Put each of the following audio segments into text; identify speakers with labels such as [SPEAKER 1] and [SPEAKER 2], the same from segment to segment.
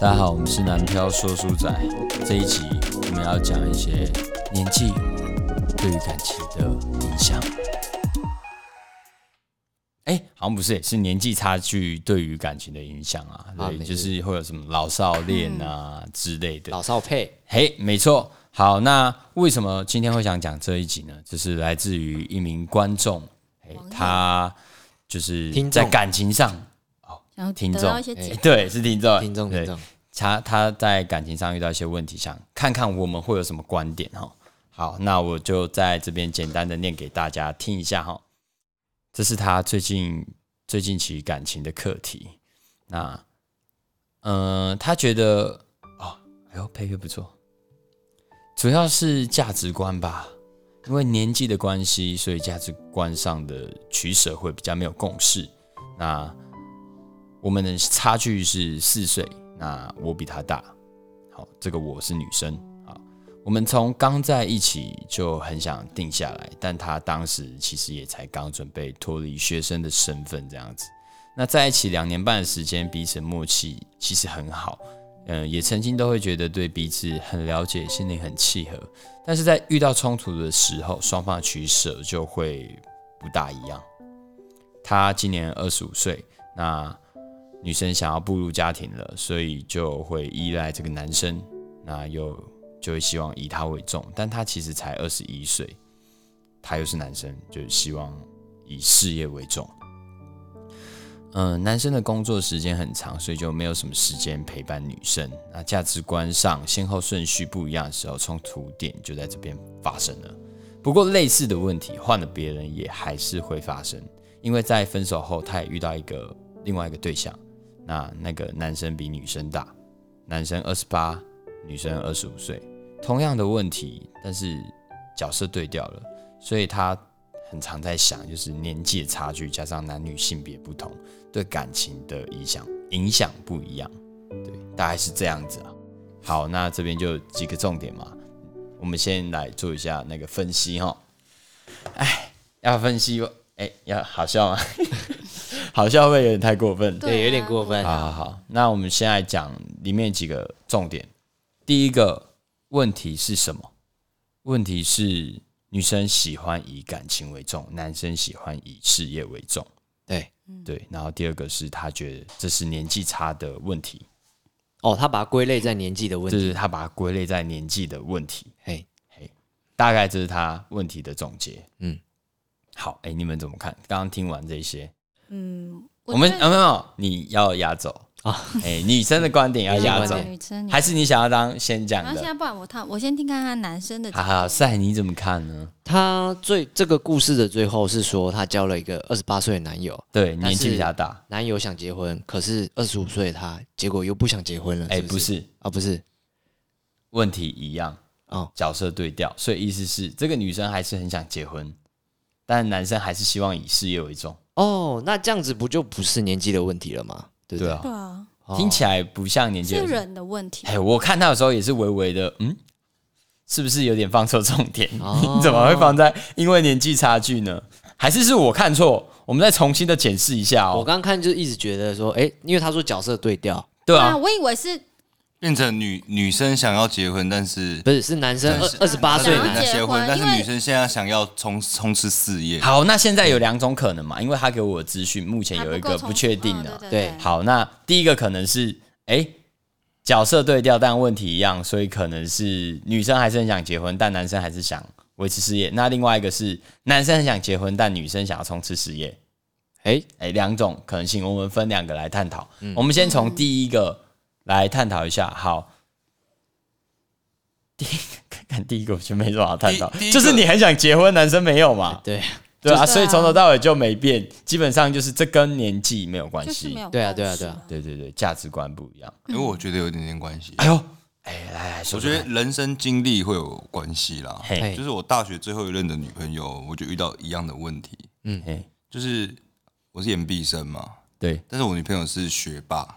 [SPEAKER 1] 大家好，我们是南漂说书仔。这一集我们要讲一些年纪对于感情的影响。哎、好像不是耶，是年纪差距对于感情的影响啊。
[SPEAKER 2] 啊
[SPEAKER 1] 对，
[SPEAKER 2] 没事
[SPEAKER 1] 就是会有什么老少恋啊、之类的。
[SPEAKER 2] 老少配，
[SPEAKER 1] 嘿，没错。好，那为什么今天会想讲这一集呢？就是来自于一名观众，哎，他就是
[SPEAKER 2] 听众
[SPEAKER 1] 在感情上，
[SPEAKER 3] 然后
[SPEAKER 1] 听
[SPEAKER 3] 得
[SPEAKER 1] 众
[SPEAKER 3] 到一些解
[SPEAKER 1] 哎对，是听众，
[SPEAKER 2] 听众
[SPEAKER 1] 对
[SPEAKER 2] 听众，
[SPEAKER 1] 他他在感情上遇到一些问题，想看看我们会有什么观点哈。好，那我就在这边简单的念给大家听一下哈。这是他最近最近期感情的课题。那，嗯、他觉得哦，哎呦，配乐不错，主要是价值观吧，因为年纪的关系，所以价值观上的取舍会比较没有共识。那我们的差距是四岁，那我比她大。好，这个我是女生。好，我们从刚在一起就很想定下来，但她当时其实也才刚准备脱离学生的身份这样子。那在一起两年半的时间，彼此默契其实很好，嗯，也曾经都会觉得对彼此很了解，心灵很契合。但是在遇到冲突的时候，双方的取舍就会不大一样。她今年二十五岁，那女生想要步入家庭了，所以就会依赖这个男生，那又就会希望以他为重，但他其实才二十一岁，他又是男生，就是希望以事业为重。嗯、男生的工作时间很长，所以就没有什么时间陪伴女生。那价值观上先后顺序不一样的时候，冲突点就在这边发生了。不过类似的问题换了别人也还是会发生，因为在分手后，他也遇到一个另外一个对象，那那个男生比女生大，男生二十八，女生二十五岁，同样的问题，但是角色对调了，所以他很常在想，就是年纪的差距加上男女性别不同，对感情的影响影响不一样，对，大概是这样子啊。好，那这边就几个重点嘛，我们先来做一下那个分析哈。哎，要分析，哎、要好笑吗？ 好笑会不会有点太过分。
[SPEAKER 3] 对啊
[SPEAKER 2] 对，有点过分。
[SPEAKER 1] 好好好，那我们先来讲里面几个重点。第一个问题是什么？问题是女生喜欢以感情为重，男生喜欢以事业为重。
[SPEAKER 2] 对，
[SPEAKER 1] 对，然后第二个是他觉得这是年纪差的问题，
[SPEAKER 2] 哦，他把它归类在年纪的问
[SPEAKER 1] 就
[SPEAKER 2] 题。
[SPEAKER 1] 是他把它归类在年纪的问题。
[SPEAKER 2] 嘿，
[SPEAKER 1] 大概这是他问题的总结。
[SPEAKER 2] 嗯，
[SPEAKER 1] 好，哎、你们怎么看？刚刚听完这些，
[SPEAKER 3] 嗯，
[SPEAKER 1] 我们
[SPEAKER 3] 觉
[SPEAKER 1] 啊
[SPEAKER 3] 得
[SPEAKER 1] 没有，你要压轴啊
[SPEAKER 2] 啊，
[SPEAKER 1] 哎、女生的观点要
[SPEAKER 2] 女生
[SPEAKER 1] 压
[SPEAKER 2] 的
[SPEAKER 1] 轴
[SPEAKER 2] 观，点
[SPEAKER 3] 女生女
[SPEAKER 1] 还
[SPEAKER 3] 生
[SPEAKER 1] 是你想要当先讲
[SPEAKER 3] 然后
[SPEAKER 1] 的
[SPEAKER 3] 现？在不然我他我先听看看男生 的
[SPEAKER 1] 好好，啊赛你怎么看呢？
[SPEAKER 2] 他最这个故事的最后是说，她交了一个二十八岁的男友，
[SPEAKER 1] 对，
[SPEAKER 2] 但
[SPEAKER 1] 年
[SPEAKER 2] 是
[SPEAKER 1] 纪比较大。
[SPEAKER 2] 男友想结婚，可是二十五岁的她结果又不想结婚了。
[SPEAKER 1] 哎，
[SPEAKER 2] 是
[SPEAKER 1] 不
[SPEAKER 2] 不是
[SPEAKER 1] 是，
[SPEAKER 2] 啊，不是
[SPEAKER 1] 问题一样，
[SPEAKER 2] 哦，
[SPEAKER 1] 角色对调，所以意思是这个女生还是很想结婚，但男生还是希望以事业为重。
[SPEAKER 2] 哦，那这样子不就不是年纪的问题了吗？对不
[SPEAKER 1] 对
[SPEAKER 2] 对？
[SPEAKER 1] 啊
[SPEAKER 3] 对，啊，
[SPEAKER 2] 哦
[SPEAKER 1] 听起来不像年纪
[SPEAKER 3] 是
[SPEAKER 1] 的人。
[SPEAKER 3] 人的问题。
[SPEAKER 1] 哎，我看到的时候也是微微的，嗯，是不是有点放错重点？
[SPEAKER 2] 哦
[SPEAKER 1] 你怎么会放在因为年纪差距呢？还是是我看错？我们再重新的检视一下
[SPEAKER 2] 我
[SPEAKER 1] 哦。
[SPEAKER 2] 刚刚看就一直觉得说，哎，因为他说角色对调，
[SPEAKER 1] 对
[SPEAKER 3] 啊，
[SPEAKER 1] 啊，
[SPEAKER 3] 我以为是
[SPEAKER 4] 变成女女生想要结婚，但是
[SPEAKER 2] 不是是男生二二十八岁的男
[SPEAKER 3] 想要
[SPEAKER 4] 男
[SPEAKER 3] 结
[SPEAKER 4] 生结
[SPEAKER 3] 婚
[SPEAKER 4] 婚，但
[SPEAKER 3] 因
[SPEAKER 4] 是
[SPEAKER 3] 为
[SPEAKER 4] 女生现在想要冲冲刺事业，
[SPEAKER 1] 好，那现在有两种可能嘛，因为他给我的资讯目前
[SPEAKER 3] 还
[SPEAKER 1] 有一
[SPEAKER 3] 够
[SPEAKER 1] 个
[SPEAKER 3] 充
[SPEAKER 1] 不确
[SPEAKER 3] 足
[SPEAKER 1] 定
[SPEAKER 3] 嗯
[SPEAKER 1] 的、
[SPEAKER 3] 对
[SPEAKER 2] 对
[SPEAKER 1] 好，那第一个可能是，哎、角色对调，但问题一样，所以可能是女生还是很想结婚，但男生还是想维持事业。那另外一个是男生很想结婚，但女生想要冲刺事业。
[SPEAKER 2] 哎，
[SPEAKER 1] 哎、两种可能性，我们分两个来探讨。我们先从第一个来探讨一下。好，第一个， 看第一个我就没什么好探讨
[SPEAKER 4] 第第，一
[SPEAKER 1] 就
[SPEAKER 4] 个
[SPEAKER 1] 是你很想结婚，男生没有嘛？
[SPEAKER 2] 对
[SPEAKER 1] 对啊，
[SPEAKER 3] 就是
[SPEAKER 1] 所以
[SPEAKER 3] 对啊
[SPEAKER 1] 从头到尾就没变，基本上就是这跟年纪没有关系。
[SPEAKER 3] 就是没有
[SPEAKER 2] 对啊
[SPEAKER 3] 共识
[SPEAKER 2] 对啊
[SPEAKER 1] 对对对，价值观不一样。
[SPEAKER 4] 因为我觉得有一点点关系。
[SPEAKER 1] 哎呦，哎来来，
[SPEAKER 4] 我
[SPEAKER 1] 说
[SPEAKER 4] 觉
[SPEAKER 1] 说
[SPEAKER 4] 得人生经历会有关系啦，
[SPEAKER 1] 看，嘿，
[SPEAKER 2] 哎
[SPEAKER 4] 就是我大学最后一任的女朋友，我就遇到一样的问题，
[SPEAKER 1] 嘿，
[SPEAKER 4] 就是我是研毕生嘛，
[SPEAKER 1] 对，
[SPEAKER 4] 但是我女朋友是学霸，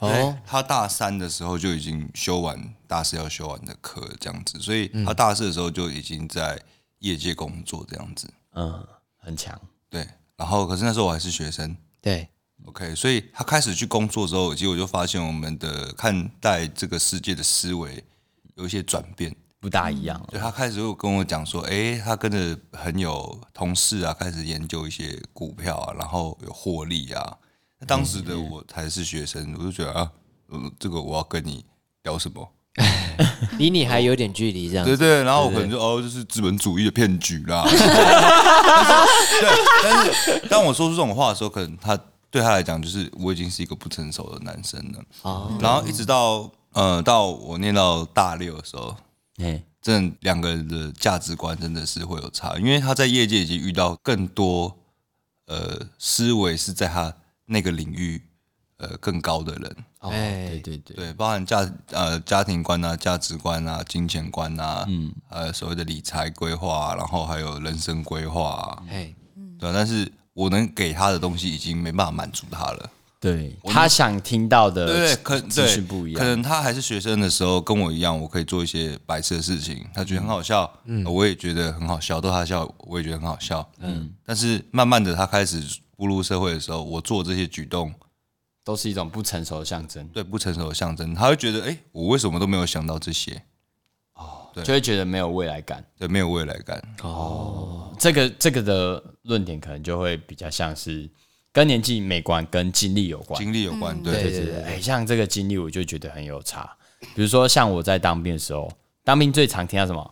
[SPEAKER 2] 哦，
[SPEAKER 4] 她大三的时候就已经修完大四要修完的课这样
[SPEAKER 2] 嗯
[SPEAKER 4] 子，所以她大四的时候就已经在业界工作这样子，
[SPEAKER 1] 嗯，很强。
[SPEAKER 4] 对，然后可是那时候我还是学生
[SPEAKER 2] 对，
[SPEAKER 4] ，OK，所以他开始去工作之后，其实我就发现我们的看待这个世界的思维有一些转变。
[SPEAKER 1] 不大一样了。
[SPEAKER 4] 就他开始又跟我讲说，诶，他跟着很有同事啊，开始研究一些股票啊，然后有获利啊。那当时的我还是学生，我就觉得啊，嗯，这个我要跟你聊什么？
[SPEAKER 2] 离你还有点距离这样
[SPEAKER 4] 对
[SPEAKER 2] 子。
[SPEAKER 4] 嗯对，然后我可能就哦，就是资本主义的骗局啦。 但是对，但是当我说出这种话的时候，可能他对他来讲，就是我已经是一个不成熟的男生了。
[SPEAKER 2] 哦，
[SPEAKER 4] 然后一直到呃，到我念到大六的时候，
[SPEAKER 1] 哎，
[SPEAKER 4] 真的两个人的价值观真的是会有差，因为他在业界已经遇到更多呃思维是在他那个领域呃更高的人，
[SPEAKER 1] 哦，
[SPEAKER 2] 哎
[SPEAKER 1] 对对对，
[SPEAKER 4] 对，包含价呃家庭观啊、价值观啊、金钱观啊，嗯，呃所谓的理财规划啊、然后还有人生规划、啊，
[SPEAKER 2] 哎，
[SPEAKER 4] 对啊、但是我能给他的东西已经没办法满足他了。
[SPEAKER 1] 对他想听到的
[SPEAKER 4] 对对，可
[SPEAKER 1] 资
[SPEAKER 4] 对
[SPEAKER 1] 讯不一
[SPEAKER 4] 可
[SPEAKER 1] 样，
[SPEAKER 4] 能他还是学生的时候，跟我一样，我可以做一些白痴的事情，他觉得很好笑，
[SPEAKER 1] 嗯
[SPEAKER 4] 呃我也觉得很好笑，逗他笑，我也觉得很好笑，嗯。但是慢慢的，他开始步入社会的时候，我做这些举动，
[SPEAKER 1] 都是一种不成熟的象征，
[SPEAKER 4] 对不成熟的象征，他会觉得，哎、我为什么都没有想到这些？对
[SPEAKER 1] 就会觉得没有未来感。
[SPEAKER 4] 对，没有未来感。
[SPEAKER 1] 这个这个的论点可能就会比较像是跟年纪没关，跟经历有关。
[SPEAKER 4] 经历有关，
[SPEAKER 2] 对
[SPEAKER 4] 对
[SPEAKER 1] 对对对，哎、像这个经历我就觉得很有差。比如说像我在当兵的时候，当兵最常听到什么？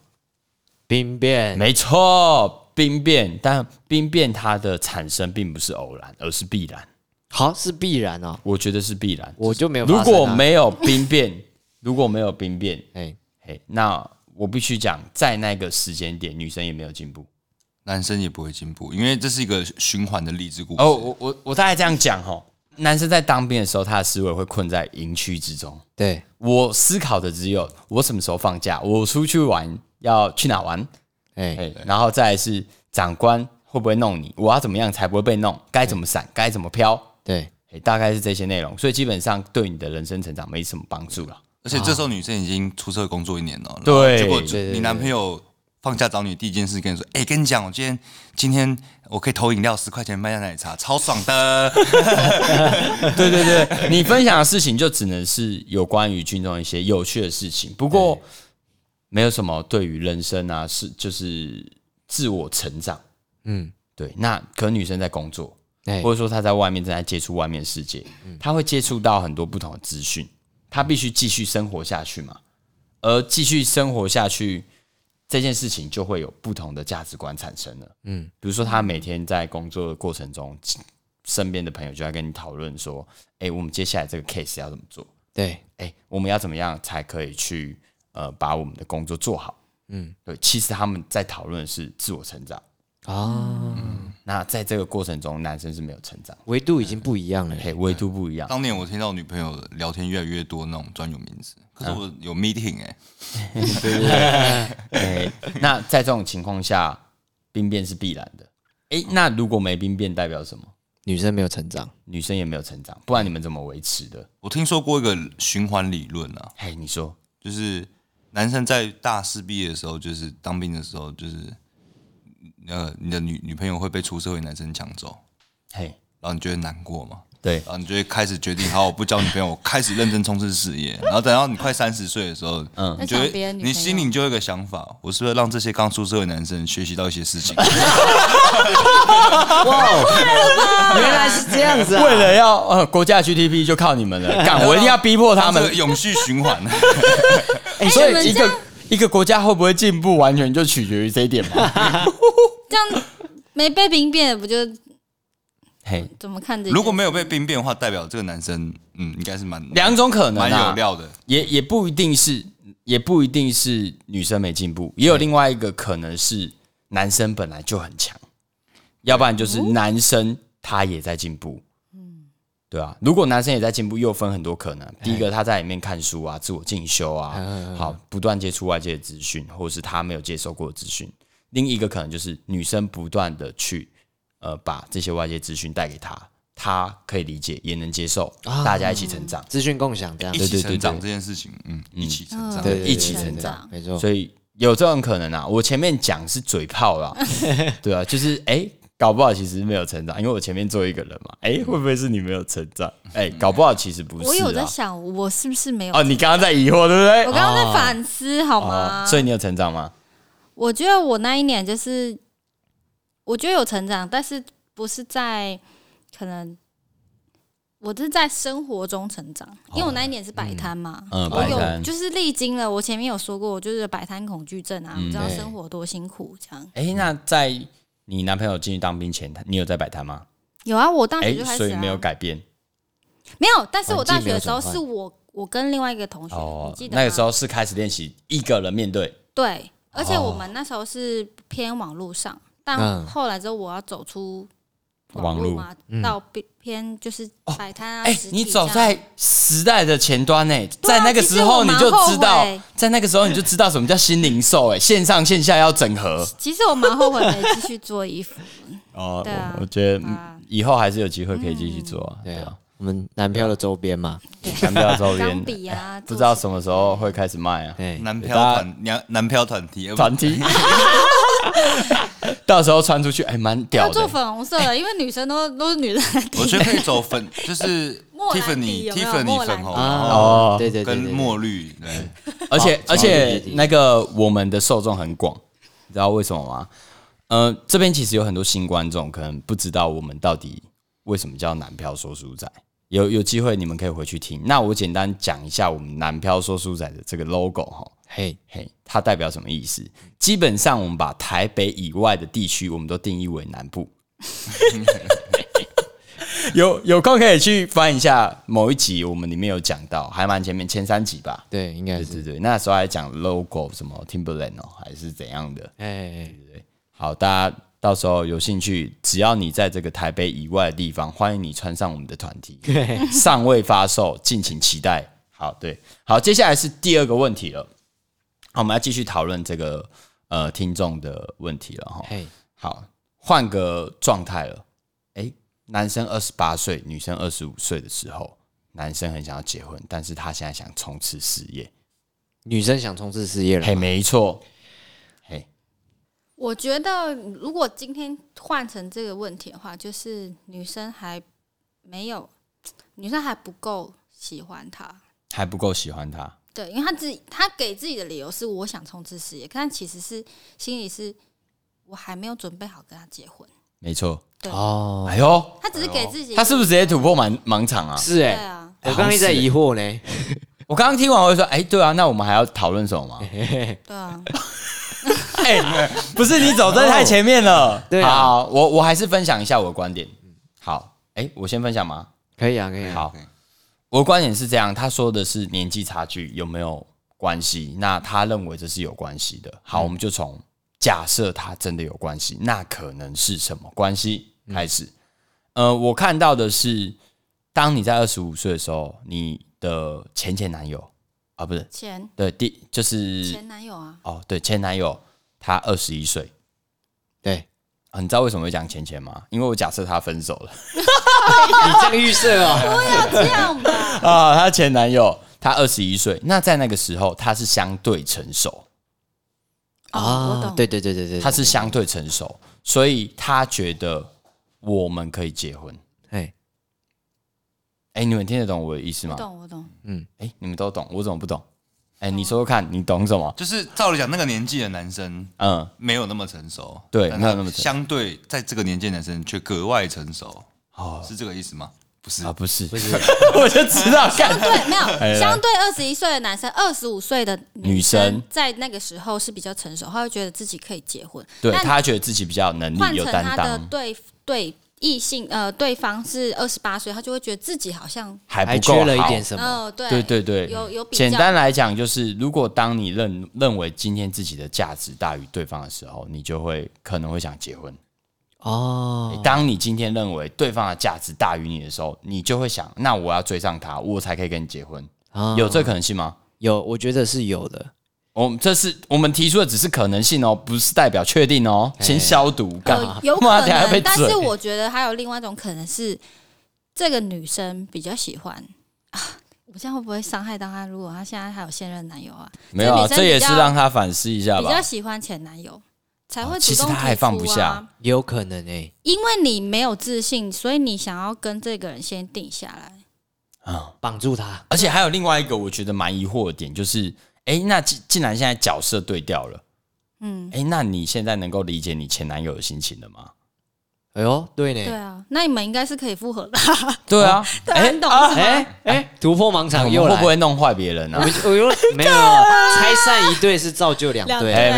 [SPEAKER 2] 兵变，
[SPEAKER 1] 没错，兵变。但兵变它的产生并不是偶然，而是必然。
[SPEAKER 2] 好是必然哦，
[SPEAKER 1] 我觉得是必然。
[SPEAKER 2] 我就没有发
[SPEAKER 1] 如
[SPEAKER 2] 生
[SPEAKER 1] 果
[SPEAKER 2] 啊。
[SPEAKER 1] 没有兵变， 如果没有兵变，
[SPEAKER 2] 哎，
[SPEAKER 1] 嘿，那我必须讲，在那个时间点，女生也没有进步。
[SPEAKER 4] 男生也不会进步，因为这是一个循环的励志故事。
[SPEAKER 1] 哦，我我我大概这样讲吼，男生在当兵的时候，他的思维会困在营区之中。
[SPEAKER 2] 对，
[SPEAKER 1] 我思考的只有我什么时候放假，我出去玩要去哪玩，哎、
[SPEAKER 2] 哎，
[SPEAKER 1] 然后再来是长官会不会弄你，我要怎么样才不会被弄，该怎么闪，该怎么飘，
[SPEAKER 2] 对，
[SPEAKER 1] 哎、大概是这些内容，所以基本上对你的人生成长没什么帮助哦了。
[SPEAKER 4] 而且这时候女生已经出社会工作一年了，
[SPEAKER 1] 对
[SPEAKER 4] 然后
[SPEAKER 1] 对
[SPEAKER 4] 结
[SPEAKER 2] 对
[SPEAKER 4] 果
[SPEAKER 2] 对
[SPEAKER 4] 你男朋友放假找你第一件事跟你说，哎、跟你讲，我今天今天我可以投饮料十块钱卖家奶茶， 超爽的。
[SPEAKER 1] 对对对， 你分享的事情就只能是有关于军中一些有趣的事情，不过没有什么对于人生啊，是就是自我成长。
[SPEAKER 2] 嗯，
[SPEAKER 1] 对，那可能女生在工作，
[SPEAKER 2] 哎
[SPEAKER 1] 或，者说她在外面正在接触外面世界，她会接触到很多不同的资讯，她必须继续生活下去嘛。而继续生活下去这件事情，就会有不同的价值观产生了。嗯，比如说她每天在工作的过程中，身边的朋友就在跟你讨论说：“哎、我们接下来这个 case 要怎么做？
[SPEAKER 2] 对，
[SPEAKER 1] 哎、我们要怎么样才可以去呃把我们的工作做好？”
[SPEAKER 2] 嗯，
[SPEAKER 1] 对，其实他们在讨论的是自我成长。
[SPEAKER 2] 啊，
[SPEAKER 1] 那在这个过程中，男生是没有成长的，
[SPEAKER 2] 维度已经不一样了。
[SPEAKER 1] 嘿，维度不一样。
[SPEAKER 4] 当年我听到女朋友聊天越来越多那种专有名词，可
[SPEAKER 2] 嗯
[SPEAKER 4] 是我有 meeting 哎、
[SPEAKER 1] 哎， 那在这种情况下，兵变是必然的。哎、那如果没兵变，代表什么？
[SPEAKER 2] 女生没有成长，
[SPEAKER 1] 女生也没有成长，不然你们怎么维持的？
[SPEAKER 4] 我听说过一个循环理论啊，
[SPEAKER 1] 嘿，你说，
[SPEAKER 4] 就是男生在大四毕业的时候，就是当兵的时候，就是呃你的女女朋友会被出社会男生抢走，
[SPEAKER 1] 嘿，
[SPEAKER 4] 然后你就会难过嘛。
[SPEAKER 1] 对
[SPEAKER 4] 然，后你就会开始决定，好，我不交女朋友，我开始认真冲刺事 业。然后等到你快三十岁的时候，嗯，你就
[SPEAKER 3] 再找别
[SPEAKER 4] 会，
[SPEAKER 3] 人女朋
[SPEAKER 4] 你
[SPEAKER 3] 友
[SPEAKER 4] 心里就有一个想法，我是不是让这些刚出社会的男生学习到一些事 情？
[SPEAKER 3] 啊
[SPEAKER 2] 原来是这样子啊
[SPEAKER 1] 为了要呃国家 GDP 就靠你们 了，干，我一定要逼迫他
[SPEAKER 4] 他
[SPEAKER 1] 们
[SPEAKER 4] 们。永续 循环，
[SPEAKER 1] 哎所以一个一个国家会不会进步，完全就取决于这一点嘛。
[SPEAKER 3] 这样没被兵变，不就
[SPEAKER 1] 嘿，
[SPEAKER 3] 怎么看这？
[SPEAKER 4] 如果没有被兵变的话，代表这个男生，嗯，应该是蛮
[SPEAKER 1] 两种可能
[SPEAKER 4] 蛮有
[SPEAKER 1] 啊，
[SPEAKER 4] 料的。
[SPEAKER 1] 也也不一定是，也不一定是女生没进步，也有另外一个可能是男生本来就很强，要不然就是男生他也在进步。对啊，如果男生也在进步，又分很多可能。第一个，他在里面看书啊，自我进修啊，好，不断接触外界的资讯，或者是他没有接受过的资讯。另一个可能就是女生不断的去，呃，把这些外界资讯带给他，他可以理解，也能接受，大家一起成长。
[SPEAKER 2] 资讯共享这样
[SPEAKER 4] 一，
[SPEAKER 1] 对
[SPEAKER 4] 起
[SPEAKER 1] 对
[SPEAKER 4] 成长
[SPEAKER 1] 对
[SPEAKER 4] 这件事情，嗯，一起成长，
[SPEAKER 3] 嗯
[SPEAKER 2] 对对对
[SPEAKER 1] 一起成
[SPEAKER 3] 长
[SPEAKER 2] 没错。
[SPEAKER 1] 所以有这种可能啊。我前面讲是嘴炮啦，对啊，就是哎、搞不好其实没有成长，因为我前面做一个人嘛，哎、会不会是你没有成长？哎、搞不好其实不是、啊。
[SPEAKER 3] 我有在想，我是不是没有？
[SPEAKER 1] 哦，你刚刚在疑惑对不对？
[SPEAKER 3] 我刚刚在反思，好吗？
[SPEAKER 1] 哦，所以你有成长吗？
[SPEAKER 3] 我觉得我那一年就是，我觉得有成长，但是不是在可能我是在生活中成长，因为我那一年是摆摊嘛，
[SPEAKER 1] 嗯嗯
[SPEAKER 3] 我
[SPEAKER 1] 摆摊
[SPEAKER 3] 有就是历经了我前面有说过，我就是摆摊恐惧症啊，
[SPEAKER 1] 嗯
[SPEAKER 3] 我知道
[SPEAKER 2] 对
[SPEAKER 3] 生活多辛苦，这样
[SPEAKER 1] 哎、那在你男朋友进去当兵前，他你有在摆摊吗？
[SPEAKER 3] 有啊，我大
[SPEAKER 1] 哎、
[SPEAKER 3] 学就开始、
[SPEAKER 1] 所以
[SPEAKER 3] 啊
[SPEAKER 1] 没有改变
[SPEAKER 3] 没有，但是我
[SPEAKER 2] 环
[SPEAKER 3] 大
[SPEAKER 2] 境没
[SPEAKER 3] 学
[SPEAKER 2] 有
[SPEAKER 3] 的时候
[SPEAKER 2] 转换
[SPEAKER 3] 是我我跟另外一个同学，
[SPEAKER 1] 哦
[SPEAKER 3] 你记。得吗
[SPEAKER 1] 那个时候是开始练习一个人面对，
[SPEAKER 3] 对，而且
[SPEAKER 1] 哦
[SPEAKER 3] 我们那时候是偏网络上，但
[SPEAKER 2] 嗯
[SPEAKER 3] 后来之后我要走出
[SPEAKER 1] 网络
[SPEAKER 3] 络嘛，到偏偏就是摆摊啊，
[SPEAKER 1] 哎、
[SPEAKER 3] 实体
[SPEAKER 1] 你走
[SPEAKER 3] 这样
[SPEAKER 1] 在时代的前端呢、
[SPEAKER 3] 对啊
[SPEAKER 1] 在那个时候你就知
[SPEAKER 3] 其实我蛮后
[SPEAKER 1] 道
[SPEAKER 3] 悔，
[SPEAKER 1] 在那个时候你就知道什么叫新零售、哎，线上线下要整合。
[SPEAKER 3] 其实我蛮后悔没继续做衣服
[SPEAKER 1] 哦
[SPEAKER 3] 对啊
[SPEAKER 1] 我我觉得嗯
[SPEAKER 3] 啊，
[SPEAKER 1] 以后还是有机会可以继续做啊。
[SPEAKER 2] 对啊，，我们南漂的周边嘛，
[SPEAKER 1] 南漂周边
[SPEAKER 3] 钢笔啊，
[SPEAKER 1] 哎不知道什么时候会开始卖啊。
[SPEAKER 2] 对，
[SPEAKER 4] 南漂
[SPEAKER 1] 大家
[SPEAKER 4] 团南南漂团体，
[SPEAKER 1] 团 体，到时候穿出去，哎，蛮屌
[SPEAKER 3] 要
[SPEAKER 1] 的哎
[SPEAKER 3] 做。粉红色的，因为女生都都是女人在
[SPEAKER 4] 哎我
[SPEAKER 3] 提
[SPEAKER 4] 觉得可以 走粉，就是
[SPEAKER 3] 莫兰迪
[SPEAKER 4] Tiffany
[SPEAKER 3] 有没有
[SPEAKER 4] Tiffany
[SPEAKER 3] 莫兰迪
[SPEAKER 4] 粉红，然
[SPEAKER 2] 啊，
[SPEAKER 4] 后
[SPEAKER 1] 哦
[SPEAKER 2] 对对对
[SPEAKER 4] 跟
[SPEAKER 2] 对对
[SPEAKER 4] 墨绿，对，
[SPEAKER 1] 而且而且
[SPEAKER 2] 对对对
[SPEAKER 1] 那个我们的受众很广，你知道为什么吗？呃，这边其实有很多新观众，可能不知道我们到底为什么叫南漂说书仔。有有机会你们可以回去听。那我简单讲一下我们南漂说书仔的这个 logo 哈，
[SPEAKER 2] 嘿，
[SPEAKER 1] 嘿，它代表什么意思？基本上我们把台北以外的地区，我们都定义为南 部。有有空可以去翻一下某一集，我们里面有讲到，还蛮前面前三集吧。
[SPEAKER 2] 对，应该
[SPEAKER 1] 对
[SPEAKER 2] 是
[SPEAKER 1] 对，对，那时候还讲 logo 什么 Timberland 哦，还是怎样的。
[SPEAKER 2] 哎，
[SPEAKER 1] 好，大家到时候有兴趣，只要你在这个台北以外的地方，欢迎你穿上我们的团体，尚未发售，敬请期待。好，对，好，接下来是第二个问题了，好，我们要继续讨论这个呃听众的问题了哈。
[SPEAKER 2] 嘿，
[SPEAKER 1] 好，换个状态了。诶，男生二十八岁，女生二十五岁的时候，男生很想要结婚，但是他现在想冲刺事业。
[SPEAKER 2] 女生想冲刺事业了
[SPEAKER 1] 嘿，
[SPEAKER 2] 嘛，
[SPEAKER 1] 没错。嘿，
[SPEAKER 3] 我觉得如果今天换成这个问题的话，就是女生还没有，女生还不够喜欢他。
[SPEAKER 1] 还不够喜欢他。
[SPEAKER 3] 对，因为他自己他给自己的理由是我想冲刺事业，但其实是心里是我还没有准备好跟他结婚。
[SPEAKER 1] 没错。
[SPEAKER 3] 对，
[SPEAKER 2] 哦，
[SPEAKER 1] 哎呦，
[SPEAKER 3] 他只是给自己，
[SPEAKER 1] 哦他是不是直接突破盲盲场啊？
[SPEAKER 2] 是
[SPEAKER 3] 对
[SPEAKER 2] 哎，
[SPEAKER 3] 啊，
[SPEAKER 2] 我刚刚一直在疑惑呢，
[SPEAKER 1] 我刚刚听完我就说，哎、对啊，那我们还要讨论什么吗？
[SPEAKER 3] 对啊，
[SPEAKER 1] 哎、不是你走在太前面了。
[SPEAKER 2] 对啊
[SPEAKER 1] 好，我我还是分享一下我的观点。好，哎、我先分享吗？
[SPEAKER 2] 可以啊，可以啊，
[SPEAKER 1] 好
[SPEAKER 4] 对，
[SPEAKER 1] 我的观点是这样，他说的是年纪差距有没有关系？那他认为这是有关系的。好，我们就从假设他真的有关系，那可能是什么关系开始？呃，我看到的是，当你在二十五岁的时候，你的前前男友啊，不是
[SPEAKER 3] 前
[SPEAKER 1] 对，第就是
[SPEAKER 3] 前男友啊，
[SPEAKER 1] 哦，对，前男友他二十一岁。
[SPEAKER 2] 对，
[SPEAKER 1] 啊你知道为什么会讲前前吗？因为我假设他分手了。
[SPEAKER 2] 你这样预设 哦，
[SPEAKER 3] 这样吧，
[SPEAKER 1] 啊，她前男友他二十一岁，那在那个时候他是相对成熟，啊
[SPEAKER 3] 哦，我懂，
[SPEAKER 2] 啊对对对对对，
[SPEAKER 1] 他是相对成熟，所以他觉得我们可以结婚。
[SPEAKER 2] 哎，
[SPEAKER 1] 哎、你们听得懂我的意思
[SPEAKER 3] 我
[SPEAKER 1] 吗？
[SPEAKER 3] 懂，我懂，
[SPEAKER 1] 哎、你们都懂，我怎么不懂？哎、
[SPEAKER 3] 啊
[SPEAKER 1] 你说说看，你懂什么？
[SPEAKER 4] 就是照理讲，那个年纪的男生
[SPEAKER 1] 嗯，
[SPEAKER 4] 没有那么成熟，
[SPEAKER 1] 对
[SPEAKER 4] 但
[SPEAKER 1] 没有
[SPEAKER 4] 他
[SPEAKER 1] 那么成熟
[SPEAKER 4] 相对在这个年纪的男生却格外成熟，
[SPEAKER 1] 哦
[SPEAKER 4] 是这个意思吗？不是
[SPEAKER 1] 啊，，不是，
[SPEAKER 2] 不是，
[SPEAKER 1] 我就知 道，看，
[SPEAKER 3] 对，没
[SPEAKER 1] 哎
[SPEAKER 3] 有，相对二十一岁的男生，二十五岁的
[SPEAKER 1] 女
[SPEAKER 3] 女
[SPEAKER 1] 生
[SPEAKER 3] 生，在那个时候是比较成熟，她会觉得自己可以结婚。
[SPEAKER 1] 对
[SPEAKER 3] 但
[SPEAKER 1] 他觉得自己比较有能
[SPEAKER 3] 换
[SPEAKER 1] 力，有
[SPEAKER 3] 成
[SPEAKER 1] 担
[SPEAKER 3] 他的
[SPEAKER 1] 当，
[SPEAKER 3] 对对异性呃对方是二十八岁，他就会觉得自己好像
[SPEAKER 1] 还
[SPEAKER 2] 还
[SPEAKER 1] 不够
[SPEAKER 2] 缺了一
[SPEAKER 1] 好
[SPEAKER 2] 点什么，
[SPEAKER 3] 哦，对
[SPEAKER 1] 对对对，
[SPEAKER 3] 有有比较
[SPEAKER 1] 简单来讲，就是如果当你认认为今天自己的价值大于对方的时候，你就会可能会想结婚。
[SPEAKER 2] 哦，
[SPEAKER 1] 当你今天认为对方的价值大于你的时候，你就会想，那我要追上他，我才可以跟你结婚。
[SPEAKER 2] 啊
[SPEAKER 1] 哎
[SPEAKER 3] 嗯
[SPEAKER 1] 有这可能性吗？
[SPEAKER 2] 有，我觉得是有的，
[SPEAKER 1] 我们这是我们提出的只是可能性哦，不是代表确定哦。先消毒，干嘛
[SPEAKER 3] 呃？哎 有
[SPEAKER 1] 不然
[SPEAKER 3] 可
[SPEAKER 1] 等下被
[SPEAKER 3] 能，但
[SPEAKER 1] 嘴
[SPEAKER 3] 是我觉得还有另外一种可能是，这个女生比较喜欢啊，我这样会不会伤害到她？如果她现在还有现任男友啊，
[SPEAKER 1] 没有啊，
[SPEAKER 3] 这女生
[SPEAKER 1] 这也是
[SPEAKER 3] 比较
[SPEAKER 1] 让他反思一下
[SPEAKER 3] 比较
[SPEAKER 1] 吧。
[SPEAKER 3] 喜欢前男友，才会
[SPEAKER 1] 哦
[SPEAKER 3] 主
[SPEAKER 1] 其实
[SPEAKER 3] 动提
[SPEAKER 1] 他还放
[SPEAKER 3] 出
[SPEAKER 1] 不
[SPEAKER 3] 啊
[SPEAKER 1] 下，
[SPEAKER 2] 也有可能哎、
[SPEAKER 3] 因为你没有自信，所以你想要跟这个人先定下来。
[SPEAKER 1] 啊、
[SPEAKER 2] 绑住他，
[SPEAKER 1] 而且还有另外一个我觉得蛮疑惑的点，就是，哎，那既既然现在角色对调了，
[SPEAKER 3] 嗯，
[SPEAKER 1] 哎，那你现在能够理解你前男友的心情了吗？
[SPEAKER 2] 哎呦，对呢、
[SPEAKER 3] 对啊，那你们应该是可以 复合的。
[SPEAKER 1] 对啊，
[SPEAKER 3] 对啊
[SPEAKER 1] 哎
[SPEAKER 3] 你懂
[SPEAKER 1] 啊
[SPEAKER 3] 是吗
[SPEAKER 1] 哎
[SPEAKER 2] 哎、突破盲
[SPEAKER 1] 我
[SPEAKER 2] 场
[SPEAKER 1] 们
[SPEAKER 2] 又来，
[SPEAKER 1] 会不会弄坏别人
[SPEAKER 2] 我
[SPEAKER 1] 啊？
[SPEAKER 2] 们就？我又 没有拆散一对是造就两
[SPEAKER 3] 两
[SPEAKER 2] 对，
[SPEAKER 1] 哎，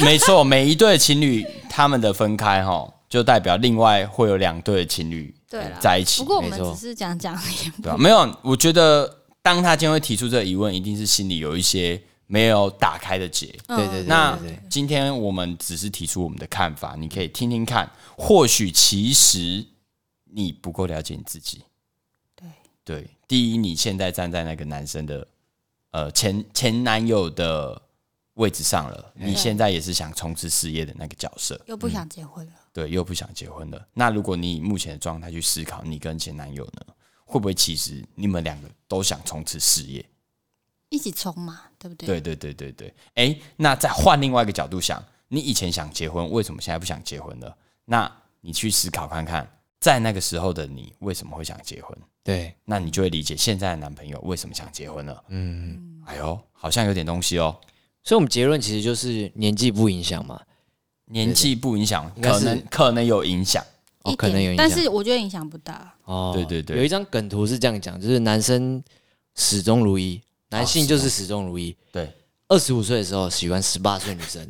[SPEAKER 1] 没 没错，每一对情侣他们的分开哈，就代表另外会有两对情侣
[SPEAKER 3] 对啦
[SPEAKER 1] 在一起。
[SPEAKER 3] 不过我们
[SPEAKER 2] 没错
[SPEAKER 3] 只是讲讲而已。
[SPEAKER 1] 对吧、没有，我觉得当他今天会提出这个疑问，一定是心里有一些没有打开的结。
[SPEAKER 3] 嗯
[SPEAKER 2] 对对对
[SPEAKER 1] 那
[SPEAKER 2] 对对
[SPEAKER 1] 今天我们只是提出我们的看法，你可以听听看，或许其实你不够了解你自己。
[SPEAKER 3] 对
[SPEAKER 1] 对，第一，你现在站在那个男生的呃前前男友的位置上了，你现在也是想冲刺事业的那个角色，
[SPEAKER 3] 又不想结婚了。
[SPEAKER 1] 对，又不想结婚了。那如果你以目前的状态去思考，你跟前男友呢，会不会其实你们两个都想冲刺事业？
[SPEAKER 3] 一起冲嘛，对不对？
[SPEAKER 1] 对对对对对。哎、那再换另外一个角度想，你以前想结婚，为什么现在不想结婚了？那你去思考看看，在那个时候的你为什么会想结婚？
[SPEAKER 2] 对，
[SPEAKER 1] 那你就会理解现在的男朋友为什么想结婚了。
[SPEAKER 2] 嗯，
[SPEAKER 1] 哎呦，好像有点东西哦。
[SPEAKER 2] 所以我们结论其实就是年纪不影响嘛，
[SPEAKER 1] 年纪不影响，
[SPEAKER 2] 应该
[SPEAKER 1] 可
[SPEAKER 2] 是
[SPEAKER 1] 能可能有影响。
[SPEAKER 2] 哦
[SPEAKER 3] 一点
[SPEAKER 2] 可能有影响
[SPEAKER 3] 但是我觉得影响不大。
[SPEAKER 2] 哦，
[SPEAKER 1] 对对对
[SPEAKER 2] 有一张梗图是这样讲，就是男生始终如一，男性就是始终如一。
[SPEAKER 1] 对，
[SPEAKER 2] 二十五岁的时候喜欢十八岁女生，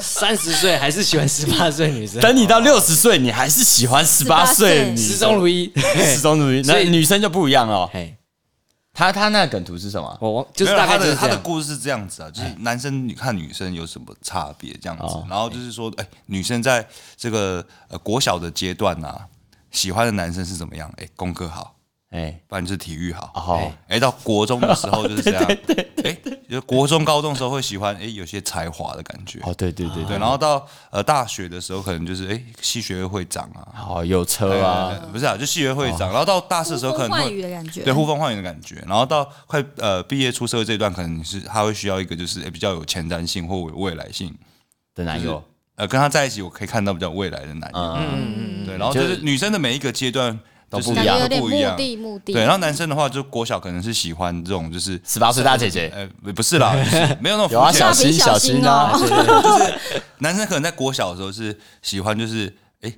[SPEAKER 2] 三十岁还是喜欢十八岁女生，
[SPEAKER 1] 等你到六十岁，你还是喜欢十八
[SPEAKER 3] 18
[SPEAKER 1] 岁的
[SPEAKER 3] 岁
[SPEAKER 1] 女
[SPEAKER 2] 始
[SPEAKER 1] 生
[SPEAKER 2] 终如 一。
[SPEAKER 1] 始终如一，
[SPEAKER 2] 所
[SPEAKER 1] 那
[SPEAKER 2] 以
[SPEAKER 1] 女生就不一样了哦。
[SPEAKER 2] 嘿，
[SPEAKER 1] 她她那个梗图是什么？
[SPEAKER 2] 我忘就是
[SPEAKER 4] 没有
[SPEAKER 2] 大概
[SPEAKER 4] 他
[SPEAKER 2] 就
[SPEAKER 4] 的
[SPEAKER 2] 是
[SPEAKER 4] 他
[SPEAKER 2] 这
[SPEAKER 4] 的
[SPEAKER 2] 样。
[SPEAKER 4] 故事是这样子啊，就是男生你看女生有什么差别这样子，
[SPEAKER 1] 哎哦
[SPEAKER 4] 然后就是说，哎、女生在这个呃国小的阶段啊，喜欢的男生是怎么样？哎、功课好，
[SPEAKER 1] 哎，
[SPEAKER 4] 不然就是体育好。
[SPEAKER 1] 哦，
[SPEAKER 4] 哎、到国中的时 候就是这样，哎、就国中、高中的时候会喜欢，哎、有些才华的感觉，
[SPEAKER 1] 哦，对对对
[SPEAKER 4] 对，然后到呃大学的时候，可能就是哎、系学会会长啊，
[SPEAKER 1] 好有车啊，
[SPEAKER 4] 呃不是啊，就系学会会长，
[SPEAKER 1] 哦
[SPEAKER 4] 然后到大四的时候可能
[SPEAKER 3] 呼风
[SPEAKER 4] 会
[SPEAKER 3] 唤雨的感觉
[SPEAKER 4] 对呼风唤雨的感觉，然后到快呃毕业出社会这一段，可能是他会需要一个就是、哎比较有前瞻性或有未来性，
[SPEAKER 1] 的男友，
[SPEAKER 4] 呃，跟他在一起我可以看到比较有未来的男友，
[SPEAKER 2] 嗯嗯嗯，
[SPEAKER 4] 对，然后就
[SPEAKER 1] 就是
[SPEAKER 4] 女生的每一个阶段
[SPEAKER 1] 都
[SPEAKER 4] 就是
[SPEAKER 1] 不一
[SPEAKER 3] 感
[SPEAKER 1] 样
[SPEAKER 3] 觉
[SPEAKER 4] 都
[SPEAKER 3] 有点
[SPEAKER 4] 不一样
[SPEAKER 3] 目。的目的。
[SPEAKER 4] 对，然后男生的话，就国小可能是喜欢这种，就是
[SPEAKER 1] 十八岁大姐姐
[SPEAKER 4] 呃，不是啦，就是没有那种
[SPEAKER 1] 有啊，
[SPEAKER 4] 肤浅
[SPEAKER 1] 小
[SPEAKER 4] 的
[SPEAKER 1] 心
[SPEAKER 3] 小
[SPEAKER 1] 心
[SPEAKER 3] 心
[SPEAKER 1] 啊
[SPEAKER 3] 哦，
[SPEAKER 1] 对对对
[SPEAKER 4] 男生可能在国小的时候是喜欢，就是哎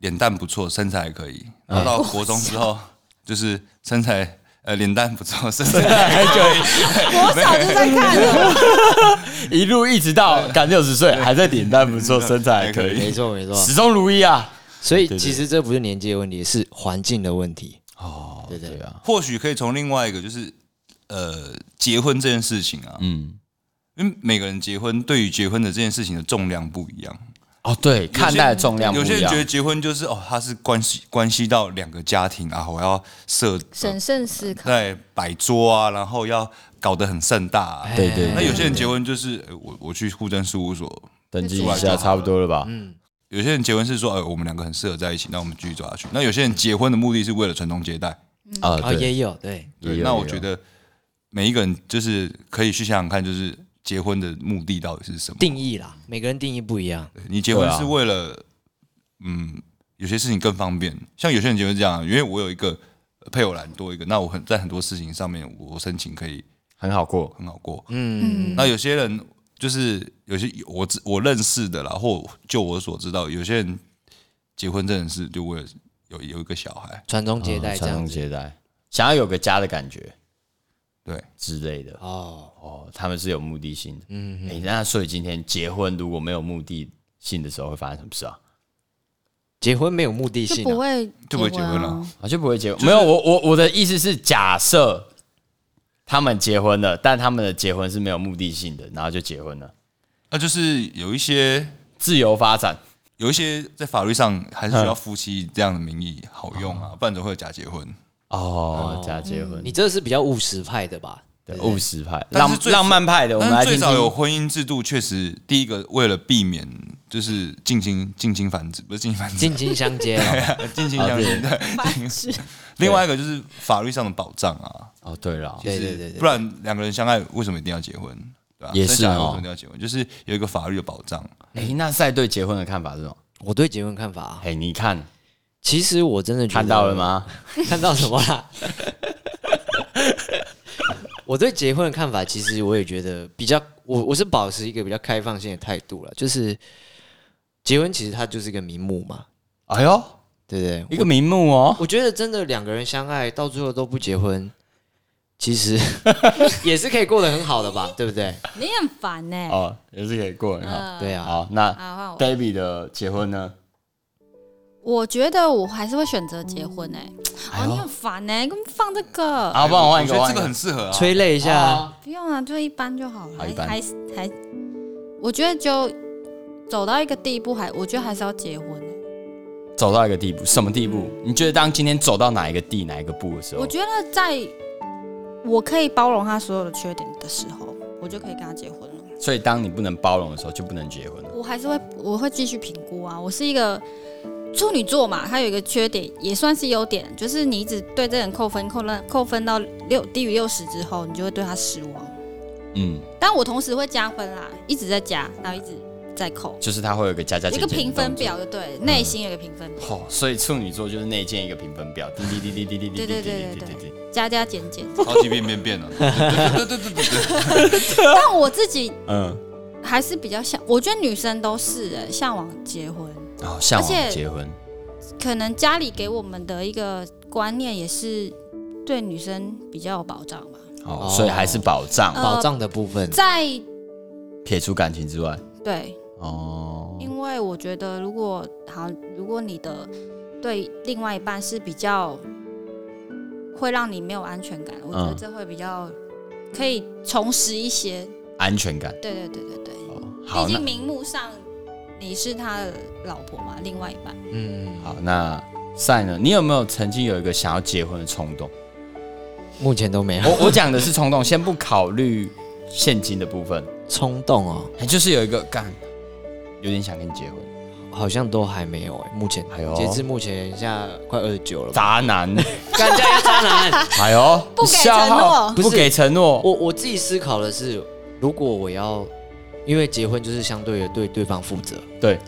[SPEAKER 4] 脸蛋不错，身材还可以，
[SPEAKER 1] 嗯
[SPEAKER 4] 然后到国中之
[SPEAKER 1] 哦啊
[SPEAKER 4] 后就是身材呃脸蛋 不错，身材还可以，
[SPEAKER 3] 我早就在看了，
[SPEAKER 1] 一路一直到赶六十岁，还在脸蛋不错，身材还可
[SPEAKER 2] 没
[SPEAKER 1] 以，
[SPEAKER 2] 错没错。
[SPEAKER 1] 始终如一啊。
[SPEAKER 2] 所以
[SPEAKER 1] 对对
[SPEAKER 2] 其实这不是年纪的问题，是环境的问题。
[SPEAKER 1] 哦，
[SPEAKER 2] 对对对
[SPEAKER 1] 啊，
[SPEAKER 4] 或许可以从另外一个就是呃结婚这件事情啊，
[SPEAKER 1] 嗯，
[SPEAKER 4] 因为每个人结婚对于结婚的这件事情的重量不一样，
[SPEAKER 1] 哦，对，
[SPEAKER 4] 有些
[SPEAKER 1] 看待的重量不
[SPEAKER 4] 有
[SPEAKER 1] 一
[SPEAKER 4] 些人
[SPEAKER 1] 样
[SPEAKER 4] 觉。得结婚就是哦，它是关系关系到两个家庭啊，我要设
[SPEAKER 3] 审慎思考。
[SPEAKER 4] 在摆桌啊，然后要搞得很盛大、啊。
[SPEAKER 1] 对对
[SPEAKER 4] 那
[SPEAKER 1] 对
[SPEAKER 4] 有些人结婚就是呃我我去户政事务所
[SPEAKER 1] 登记一
[SPEAKER 3] 就是
[SPEAKER 1] 下，差不多了吧？
[SPEAKER 2] 嗯
[SPEAKER 4] 有些人结婚是说，呃，我们两个很适合在一起，那我们继续走下去。那有些人结婚的目的是为了传宗接代，
[SPEAKER 1] 啊，
[SPEAKER 2] 啊，
[SPEAKER 1] 对，
[SPEAKER 2] 也有对，
[SPEAKER 1] 也
[SPEAKER 4] 对。
[SPEAKER 1] 有
[SPEAKER 4] 那
[SPEAKER 1] 也
[SPEAKER 4] 我
[SPEAKER 1] 有
[SPEAKER 4] 觉得每一个人就是可以去想想看，就是结婚的目的到底是什么？
[SPEAKER 2] 定义啦，每个人定义不一样。
[SPEAKER 4] 对你结婚
[SPEAKER 1] 对啊
[SPEAKER 4] 是为了，嗯，有些事情更方便。像有些人结婚是这样，因为我有一个呃配偶栏多一个，那我很在很多事情上面我申请可以
[SPEAKER 1] 很好过。
[SPEAKER 4] 很好过。
[SPEAKER 2] 嗯，
[SPEAKER 4] 那有些人就是有些我知我认识的啦，或就我所知道，有些人结婚真的是就为了有有一个小孩。
[SPEAKER 2] 传宗接
[SPEAKER 1] 嗯
[SPEAKER 2] 代这
[SPEAKER 1] 传
[SPEAKER 2] 样
[SPEAKER 1] 宗
[SPEAKER 2] 子。
[SPEAKER 1] 接代，想要有个家的感觉
[SPEAKER 4] 对，
[SPEAKER 1] 之类的。
[SPEAKER 2] 哦，
[SPEAKER 1] 哦，他们是有目的性的。嗯，哎，那所以今天结婚如果没有目的性的时候，会发生什么事啊？
[SPEAKER 2] 结婚没有目的
[SPEAKER 3] 就
[SPEAKER 2] 性
[SPEAKER 3] 不
[SPEAKER 2] 啊，
[SPEAKER 3] 会
[SPEAKER 4] 就不会结婚
[SPEAKER 3] 啊
[SPEAKER 4] 了。
[SPEAKER 1] 啊，就不会结婚。没有，我我我的意思是，假设他们结婚了，但他们的结婚是没有目的性的，然后就结婚了，
[SPEAKER 4] 那就是有一些
[SPEAKER 1] 自由发展。
[SPEAKER 4] 有一些在法律上还是需
[SPEAKER 1] 嗯
[SPEAKER 4] 要夫妻这样的名义好用啊，不然怎么会有假结婚？
[SPEAKER 1] 哦，假结婚
[SPEAKER 2] 嗯你，这是比较务实派的吧？
[SPEAKER 1] 对务实派、
[SPEAKER 4] 但是
[SPEAKER 1] 浪
[SPEAKER 4] 最
[SPEAKER 1] 浪漫派的，我们
[SPEAKER 4] 但
[SPEAKER 1] 来
[SPEAKER 4] 是最
[SPEAKER 1] 听
[SPEAKER 4] 早有
[SPEAKER 1] 听。
[SPEAKER 4] 婚姻制度，确实第一个为了避免就是近亲近亲繁殖，不是近亲繁殖，
[SPEAKER 2] 近亲相接啊，
[SPEAKER 4] 近亲相
[SPEAKER 1] 啊
[SPEAKER 4] 亲。对另外一个就是法律上的保障啊，
[SPEAKER 1] 哦，对了，
[SPEAKER 2] 对对对对
[SPEAKER 4] 不然两个人相爱为什么一定要结婚？对对啊，
[SPEAKER 1] 也是
[SPEAKER 4] 生小孩
[SPEAKER 1] 哦
[SPEAKER 4] 为什么一定要结婚？就是有一个法律的保障。
[SPEAKER 1] 哎、那赛对结婚的看法是什么？
[SPEAKER 2] 我对结婚看法啊，
[SPEAKER 1] 哎、你看
[SPEAKER 2] 其实我真的觉得
[SPEAKER 1] 看到了？吗？
[SPEAKER 2] 看到什么啦？ 我对结婚的看法，其实我也觉得比较，我我是保持一个比较开放性的态度了，就是结婚其实它就是一个名目嘛，
[SPEAKER 1] 哎呦，
[SPEAKER 2] 对不对？
[SPEAKER 1] 一个名目哦，
[SPEAKER 2] 我觉得真的两个人相爱到最后都不结婚，其实也是可以过得很好的吧，对不对？
[SPEAKER 3] 你很烦呢、
[SPEAKER 1] 哦，也是可以过很
[SPEAKER 3] 嗯
[SPEAKER 1] 好。
[SPEAKER 2] 对啊，
[SPEAKER 1] 好，那
[SPEAKER 3] 啊，换我
[SPEAKER 1] Baby 的结婚呢？
[SPEAKER 3] 我觉得我还是会选择结婚哎、啊，你很烦哎、欸，根本放这个、
[SPEAKER 1] 嗯啊，不然我换一个，
[SPEAKER 4] 我觉得
[SPEAKER 1] 换
[SPEAKER 4] 这
[SPEAKER 1] 一个
[SPEAKER 4] 个很适合啊。
[SPEAKER 2] 催泪一下，
[SPEAKER 1] 啊
[SPEAKER 3] 不用啊，就一般就好了。
[SPEAKER 1] 好
[SPEAKER 3] 还
[SPEAKER 1] 一般
[SPEAKER 3] 还还，我觉得就走到一个地步还，我觉得还是要结婚欸、
[SPEAKER 1] 走到一个地步，什么地步？你觉得当今天走到哪一个地、哪一个步的时候
[SPEAKER 3] 嗯我，觉得在我可以包容他所有的缺点的时候，我就可以跟他结婚了。
[SPEAKER 1] 所以当你不能包容的时候，就不能结婚了。
[SPEAKER 3] 我还是会我会继续评估啊。我是一个处女座嘛，它有一个缺点，也算是优点，就是你一直对这人扣分，扣了扣分到六低于六十之后，你就会对他失望。
[SPEAKER 1] 嗯，
[SPEAKER 3] 但我同时会加分啦，一直在加，然后一直在扣，
[SPEAKER 1] 就是它会有一个加加
[SPEAKER 3] 有
[SPEAKER 1] 减
[SPEAKER 3] 一
[SPEAKER 1] 减
[SPEAKER 3] 个
[SPEAKER 1] 的
[SPEAKER 3] 评分
[SPEAKER 1] 动作。嗯
[SPEAKER 3] 表就对，内心有一个评分表，
[SPEAKER 1] 哦，所以处女座就是内建一个评分表，滴滴滴滴滴滴滴滴
[SPEAKER 3] 对
[SPEAKER 1] 滴
[SPEAKER 3] 对对
[SPEAKER 1] 滴
[SPEAKER 3] 对
[SPEAKER 1] 滴滴
[SPEAKER 3] 对。加加减 减。
[SPEAKER 4] 超级变变变了，对对对对对对对，
[SPEAKER 1] 啊
[SPEAKER 3] 但我自己
[SPEAKER 1] 嗯，
[SPEAKER 3] 还是比较向，我觉得女生都是、欸、向往结婚，
[SPEAKER 1] 哦，向
[SPEAKER 3] 而且
[SPEAKER 1] 往结婚，
[SPEAKER 3] 可能家里给我们的一个观念也是对女生比较有保障吧。
[SPEAKER 1] 哦
[SPEAKER 2] 哦，
[SPEAKER 1] 所以还是保障，
[SPEAKER 3] 呃
[SPEAKER 2] 保障的部分，
[SPEAKER 3] 在
[SPEAKER 1] 撇除感情之外，
[SPEAKER 3] 对，
[SPEAKER 1] 哦，
[SPEAKER 3] 因为我觉得如果好，如果你的对另外一半是比较会让你没有安全感，我觉得
[SPEAKER 1] 嗯
[SPEAKER 3] 这会比较可以重拾一些。
[SPEAKER 1] 安全感。
[SPEAKER 3] 对对对对对，
[SPEAKER 1] 哦，
[SPEAKER 3] 毕
[SPEAKER 1] 好，那
[SPEAKER 3] 竟名目上你是他的老婆嘛，另外一 半。
[SPEAKER 2] 嗯，
[SPEAKER 1] 好，那赛呢？你有没有曾经有一个想要结婚的冲动？
[SPEAKER 2] 目前都没有
[SPEAKER 1] 我我讲的是冲动，先不考虑现金的部分，
[SPEAKER 2] 冲动哦，
[SPEAKER 1] 哎就是有一个干，有点想跟你结婚，
[SPEAKER 2] 好像都还没有哎，目前
[SPEAKER 1] 哎呦
[SPEAKER 2] 截至目前现在快二十九了吧，
[SPEAKER 1] 渣男，
[SPEAKER 2] 干家渣男，
[SPEAKER 1] 哎呦，
[SPEAKER 3] 不给
[SPEAKER 1] 笑
[SPEAKER 3] 承诺
[SPEAKER 1] 话
[SPEAKER 2] 不是
[SPEAKER 1] 不给承诺，
[SPEAKER 2] 我我自己思考的是，如果我要，因为结婚就是相对的对对方负责，
[SPEAKER 1] 对，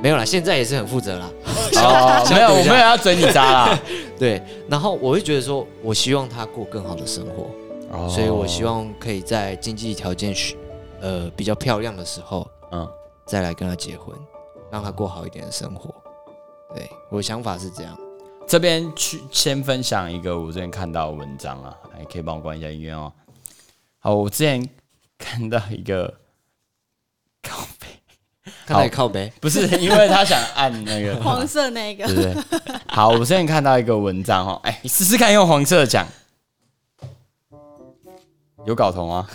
[SPEAKER 2] 没有啦，现在也是很负责啦，
[SPEAKER 1] 哦，没有，我没有要嘴你渣啦，
[SPEAKER 2] 对，然后我会觉得说，我希望他过更好的生活，
[SPEAKER 1] 哦
[SPEAKER 2] 所以我希，望可以在经济条件许呃比较漂亮的时候
[SPEAKER 1] 嗯，
[SPEAKER 2] 再来跟他结婚，让他过好一点的生活。对，我的想法是这样。
[SPEAKER 1] 这边去先分享一个我之前看到的文章啊，哎，可以帮我关一下音乐哦。好，我之前看到一个靠背，
[SPEAKER 2] 看他也靠背，
[SPEAKER 1] 不是因为他想按那个
[SPEAKER 3] 黄色那个
[SPEAKER 1] 对不对？好，我之前看到一个文章哦，哎，你试试看用黄色讲，有搞头吗？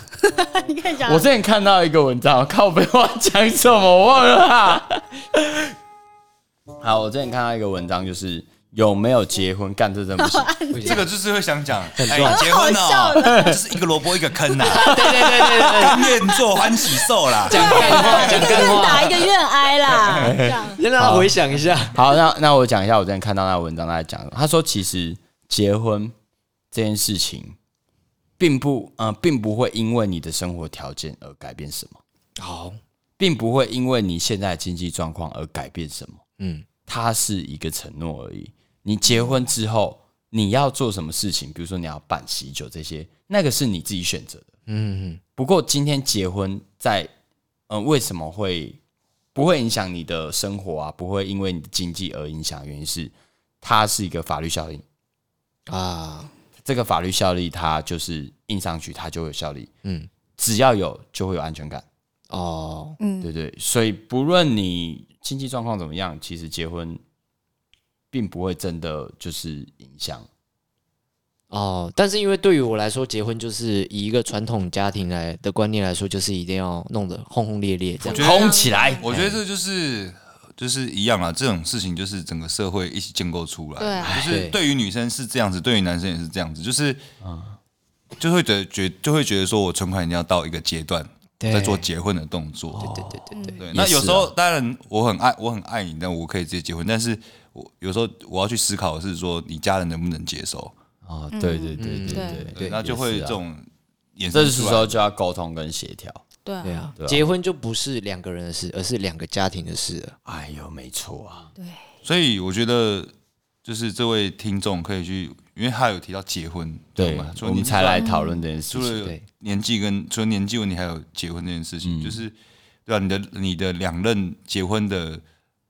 [SPEAKER 3] 你看一下
[SPEAKER 1] 我之前看到一个文章， 靠背我要讲什么我忘了啦。好，我之前看到一个文章，就是有没有结婚干这真不行。
[SPEAKER 4] 这个就是会想讲，哎，
[SPEAKER 2] 赚
[SPEAKER 4] 结婚
[SPEAKER 3] 很好
[SPEAKER 4] 哦，就是一个萝卜一个坑呐，
[SPEAKER 2] 对对对对对，
[SPEAKER 4] 甘愿做欢喜受啦。
[SPEAKER 2] 讲干话，
[SPEAKER 3] 一
[SPEAKER 2] 讲
[SPEAKER 3] 个
[SPEAKER 2] 干
[SPEAKER 3] 愿打
[SPEAKER 2] 话，
[SPEAKER 3] 一 个愿挨啦，这样
[SPEAKER 2] 先让他回想一下。
[SPEAKER 1] 好，那那我讲一下我之前看到那个文章，他在讲什么，他说其实结婚这件事情，并不呃，并不会因为你的生活条件而改变什么，
[SPEAKER 2] 好，
[SPEAKER 1] 并不会因为你现在的经济状况而改变什么，
[SPEAKER 2] 嗯，
[SPEAKER 1] 它是一个承诺而已。你结婚之后，你要做什么事情，比如说你要办喜酒这些，那个是你自己选择的。
[SPEAKER 2] 嗯，
[SPEAKER 1] 不过今天结婚在，嗯，为什么会不会影响你的生活啊？不会因为你的经济而影响，原因是它是一个法律效应。
[SPEAKER 2] 啊，
[SPEAKER 1] 这个法律效力，它就是印上去，它就会有效力。
[SPEAKER 2] 嗯，
[SPEAKER 1] 只要有，就会有安全感，
[SPEAKER 2] 哦，
[SPEAKER 3] 嗯，
[SPEAKER 1] 对对。所以不论你经济状况怎么样，其实结婚并不会真的就是影响。
[SPEAKER 2] 哦，但是因为对于我来说，结婚就是以一个传统家庭来的观念来说，就是一定要弄得轰轰烈烈这样。
[SPEAKER 4] 我觉得
[SPEAKER 1] 红起来，
[SPEAKER 4] 我觉得这就是就是一样啊，这种事情就是整个社会一起建构出来。
[SPEAKER 3] 对啊
[SPEAKER 4] 就是
[SPEAKER 2] 对
[SPEAKER 4] 对于女生是这样子，对于男生也是这样子，就是就会觉得觉就会觉得说我存款一定要到一个阶段，
[SPEAKER 2] 对哦
[SPEAKER 4] 在做结婚的动作。
[SPEAKER 2] 对对
[SPEAKER 1] 哎
[SPEAKER 3] 嗯
[SPEAKER 2] 对对，
[SPEAKER 4] 对，
[SPEAKER 1] 也
[SPEAKER 4] 那有
[SPEAKER 1] 是
[SPEAKER 4] 时候当然我很爱我很爱你，但我可以直接结婚，但是我有时候我要去思考的是说你家人能不能接受，
[SPEAKER 1] 哦，对对对
[SPEAKER 2] 嗯
[SPEAKER 1] 对
[SPEAKER 3] 对
[SPEAKER 1] 对
[SPEAKER 4] 对，那就
[SPEAKER 1] 也
[SPEAKER 4] 会
[SPEAKER 1] 是
[SPEAKER 4] 这
[SPEAKER 1] 啊
[SPEAKER 4] 种衍
[SPEAKER 1] 这
[SPEAKER 4] 生
[SPEAKER 1] 时
[SPEAKER 4] 出
[SPEAKER 1] 候
[SPEAKER 4] 来。
[SPEAKER 1] 就要沟通跟协调。
[SPEAKER 3] 对啊，
[SPEAKER 2] 对啊，结婚就不是两个人的事，而是两个家庭的事了。
[SPEAKER 1] 哎呦，没错啊，
[SPEAKER 3] 对，
[SPEAKER 4] 所以我觉得，就是这位听众可以去，因为他有提到结婚，
[SPEAKER 1] 对，
[SPEAKER 4] 吗？除
[SPEAKER 1] 我
[SPEAKER 4] 了
[SPEAKER 1] 们
[SPEAKER 4] 年纪
[SPEAKER 1] 才来讨论这件事
[SPEAKER 4] 除
[SPEAKER 1] 情。
[SPEAKER 4] 了
[SPEAKER 2] 对
[SPEAKER 4] 年纪跟除了年纪问题，还有结婚这件事
[SPEAKER 1] 嗯
[SPEAKER 4] 情，就是对啊，你的你的两任结婚的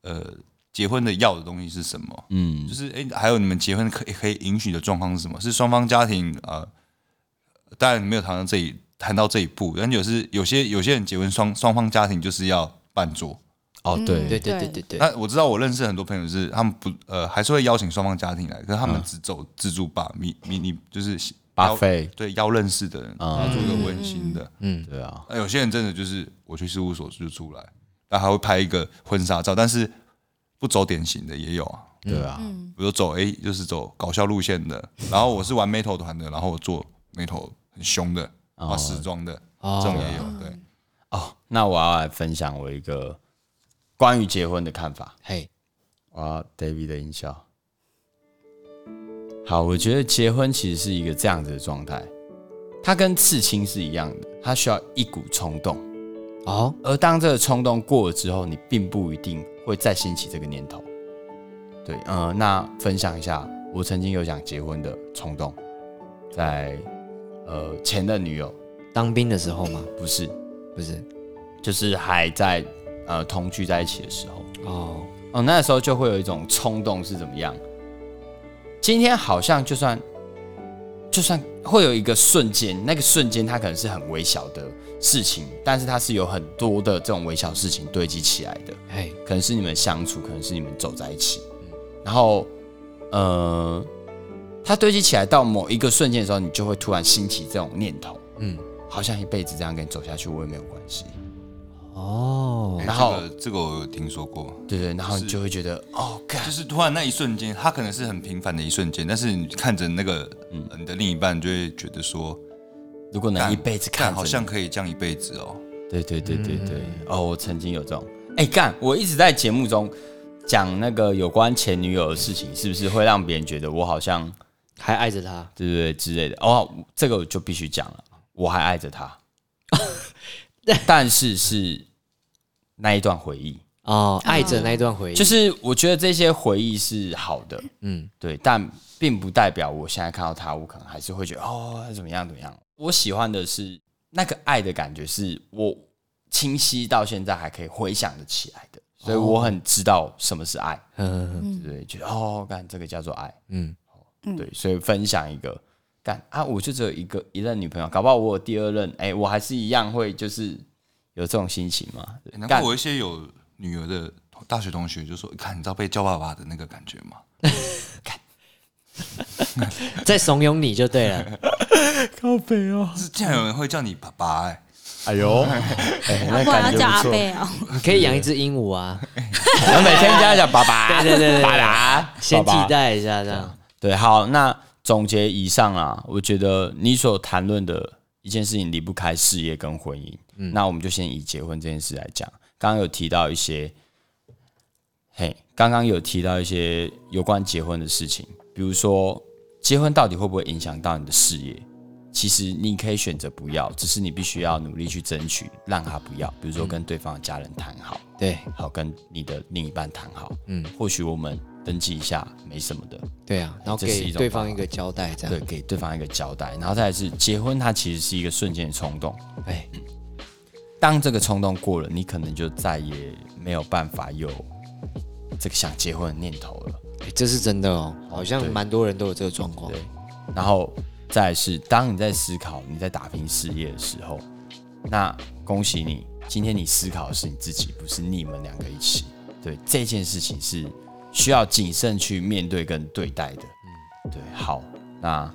[SPEAKER 4] 呃结婚的要的东西是什么？
[SPEAKER 1] 嗯
[SPEAKER 4] 就，是哎、诶还有你们结婚可以可以允许的状况是什么？是双方家庭呃，当然没有谈到这一谈到这一步，但有时有些有些人结婚双双方家庭就是要办桌。
[SPEAKER 1] 哦，对，
[SPEAKER 2] 对对
[SPEAKER 3] 对
[SPEAKER 2] 对对对，
[SPEAKER 4] 那我知道我认识很多朋友是他们不呃还是会邀请双方家庭来，可是他们只走自助吧，迷迷你就是
[SPEAKER 1] 嗯巴
[SPEAKER 4] 邀
[SPEAKER 1] 菲，
[SPEAKER 4] 对邀认识的人，
[SPEAKER 1] 啊
[SPEAKER 4] 然后做一个温馨的。哎
[SPEAKER 2] 嗯，
[SPEAKER 1] 对啊，
[SPEAKER 4] 那有些人真的就是我去事务所就出来，然后还会拍一个婚纱照，但是不走典型的也有啊。
[SPEAKER 1] 对啊，
[SPEAKER 4] 比如走 A 就是走搞笑路线的，然后我是玩 metal 团的，然后我做 metal 很凶的啊，时装的这种也有，对，
[SPEAKER 1] 哦，那我要来分享我一个关于结婚的看法。
[SPEAKER 2] 嘿，
[SPEAKER 1] 我要啊 David 的音效。好，我觉得结婚其实是一个这样子的状态，它跟刺青是一样的，它需要一股冲动，
[SPEAKER 2] 哦，
[SPEAKER 1] 而当这个冲动过了之后，你并不一定会再兴起这个念头。对，呃，那分享一下，我曾经有想结婚的冲动，在呃前任女友
[SPEAKER 2] 当兵的时候吗？
[SPEAKER 1] 不是，
[SPEAKER 2] 不是，
[SPEAKER 1] 就是还在呃同居在一起的时候，
[SPEAKER 2] 哦，
[SPEAKER 1] 哦，那时候就会有一种冲动是怎么样？今天好像就算就算会有一个瞬间，那个瞬间它可能是很微小的事情，但是它是有很多的这种微小事情堆积起来的，
[SPEAKER 2] 嘿，
[SPEAKER 1] 可能是你们相处，可能是你们走在一起，
[SPEAKER 4] 嗯
[SPEAKER 1] 然后呃，它堆积起来到某一个瞬间的时候，你就会突然兴起这种念头，
[SPEAKER 2] 嗯，
[SPEAKER 1] 好像一辈子这样跟你走下去，我也没有关系。
[SPEAKER 2] 哦
[SPEAKER 4] 诶，
[SPEAKER 1] 然后
[SPEAKER 4] 哎这个这个我有听说过，
[SPEAKER 1] 对对，然后你就会觉得，哦，干
[SPEAKER 4] 就是突然那一瞬间，他可能是很平凡的一瞬间，但是你看着那个
[SPEAKER 1] 嗯
[SPEAKER 4] 呃你的另一半，就会觉得说，
[SPEAKER 1] 如果能
[SPEAKER 4] 干
[SPEAKER 1] 一辈子看
[SPEAKER 4] 看
[SPEAKER 1] 着
[SPEAKER 4] 好
[SPEAKER 1] 你
[SPEAKER 4] 像可以这样一辈子哦，
[SPEAKER 1] 对对对对对，哦，我曾经有这种，哎、干，我一直在节目中讲那个有关前女友的事情，是不是会让别人觉得我好像
[SPEAKER 2] 还爱着他，
[SPEAKER 1] 对对对之类的？哦，这个我就必须讲了，我还爱着她，但是是那一段回忆，
[SPEAKER 2] 哦，爱着那一段回忆，
[SPEAKER 1] 就是我觉得这些回忆是好的，
[SPEAKER 2] 嗯，
[SPEAKER 1] 对，但并不代表我现在看到他，我可能还是会觉得哦，怎么样怎么样。我喜欢的是那个爱的感觉，是我清晰到现在还可以回想得起来的，所以我很知道什么是爱，
[SPEAKER 2] 嗯
[SPEAKER 1] 对不对？觉得哦，干这个叫做爱，哦
[SPEAKER 2] 嗯，
[SPEAKER 1] 对，所以分享一个干啊，我就只有一个一任女朋友，搞不好我有第二任，哎，我还是一样会就是有这种心情嘛
[SPEAKER 4] 诶欸哎难，怪
[SPEAKER 1] 干
[SPEAKER 4] 我一些有女儿的同大学同学就说，看你知道被叫爸爸的那个感觉吗？
[SPEAKER 2] 在怂恿你就对了，
[SPEAKER 1] 靠北哦，
[SPEAKER 4] 是竟然有人会叫你爸爸哎，
[SPEAKER 1] 哎 呦，
[SPEAKER 3] 要
[SPEAKER 1] 哎
[SPEAKER 3] 不然
[SPEAKER 1] 感
[SPEAKER 3] 要
[SPEAKER 1] 觉
[SPEAKER 3] 叫阿
[SPEAKER 1] 不错。
[SPEAKER 3] 贝啊，
[SPEAKER 2] 你可以养一只鹦鹉啊，
[SPEAKER 1] 然后每天跟他讲爸爸，
[SPEAKER 2] 对对对 对
[SPEAKER 1] 爸爸，
[SPEAKER 2] 先
[SPEAKER 1] 爸
[SPEAKER 2] 期
[SPEAKER 1] 爸。
[SPEAKER 2] 待一下这样，
[SPEAKER 1] 对，好，那总结以上啊，我觉得你所谈论的一件事情离不开事业跟婚姻，
[SPEAKER 2] 嗯
[SPEAKER 1] 那我们就先以结婚这件事来讲。刚刚有提到一些，嘿，刚刚有提到一些有关结婚的事情，比如说结婚到底会不会影响到你的事业？其实你可以选择不要，只是你必须要努力去争取，让他不要。比如说跟对方的家人谈好，
[SPEAKER 2] 对
[SPEAKER 1] 好跟你的另一半谈好，嗯，或许我们登记一下没什么的，
[SPEAKER 2] 对啊，然后
[SPEAKER 1] 哎这是一
[SPEAKER 2] 给
[SPEAKER 1] 种
[SPEAKER 2] 对方一个交代这
[SPEAKER 1] 对，啊
[SPEAKER 2] 样，
[SPEAKER 1] 给对方一个交代。然后再来是结婚，它其实是一个瞬间的冲动，
[SPEAKER 2] 哎，
[SPEAKER 1] 当这个冲动过了，你可能就再也没有办法有这个想结婚的念头了。
[SPEAKER 2] 哎这是真的哦，好像蛮多人都有这个状况
[SPEAKER 1] 对，，然后再来是当你在思考你在打拼事业的时候，那恭喜你，今天你思考的是你自己，不是你们两个一起。对这件事情是需要谨慎去面对跟对待的。对，好，那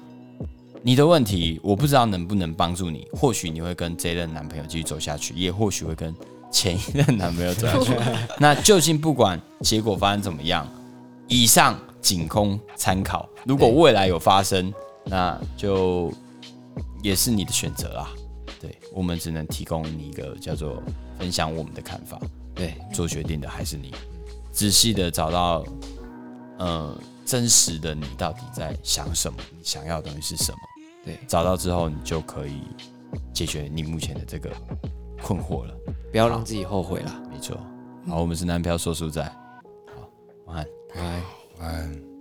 [SPEAKER 1] 你的问题我不知道能不能帮助你，或许你会跟这一任男朋友继续走下去，也或许会跟前一任男朋友走下去。那究竟不管结果发生怎么样，以上仅供参考。如果未来有发生，那就也是你的选择啦。对我们只能提供你一个叫做分享我们的看法，
[SPEAKER 2] 对，
[SPEAKER 1] 做决定的还是你，仔细的找到，呃，真实的你到底在想什么，你想要的东西是什么。
[SPEAKER 2] 对
[SPEAKER 1] 找到之后，你就可以解决你目前的这个困惑了。
[SPEAKER 2] 不要让自己后悔啦。
[SPEAKER 1] 没错，好，我们是南漂说书仔，好，晚安。
[SPEAKER 2] 拜。
[SPEAKER 4] 嗯。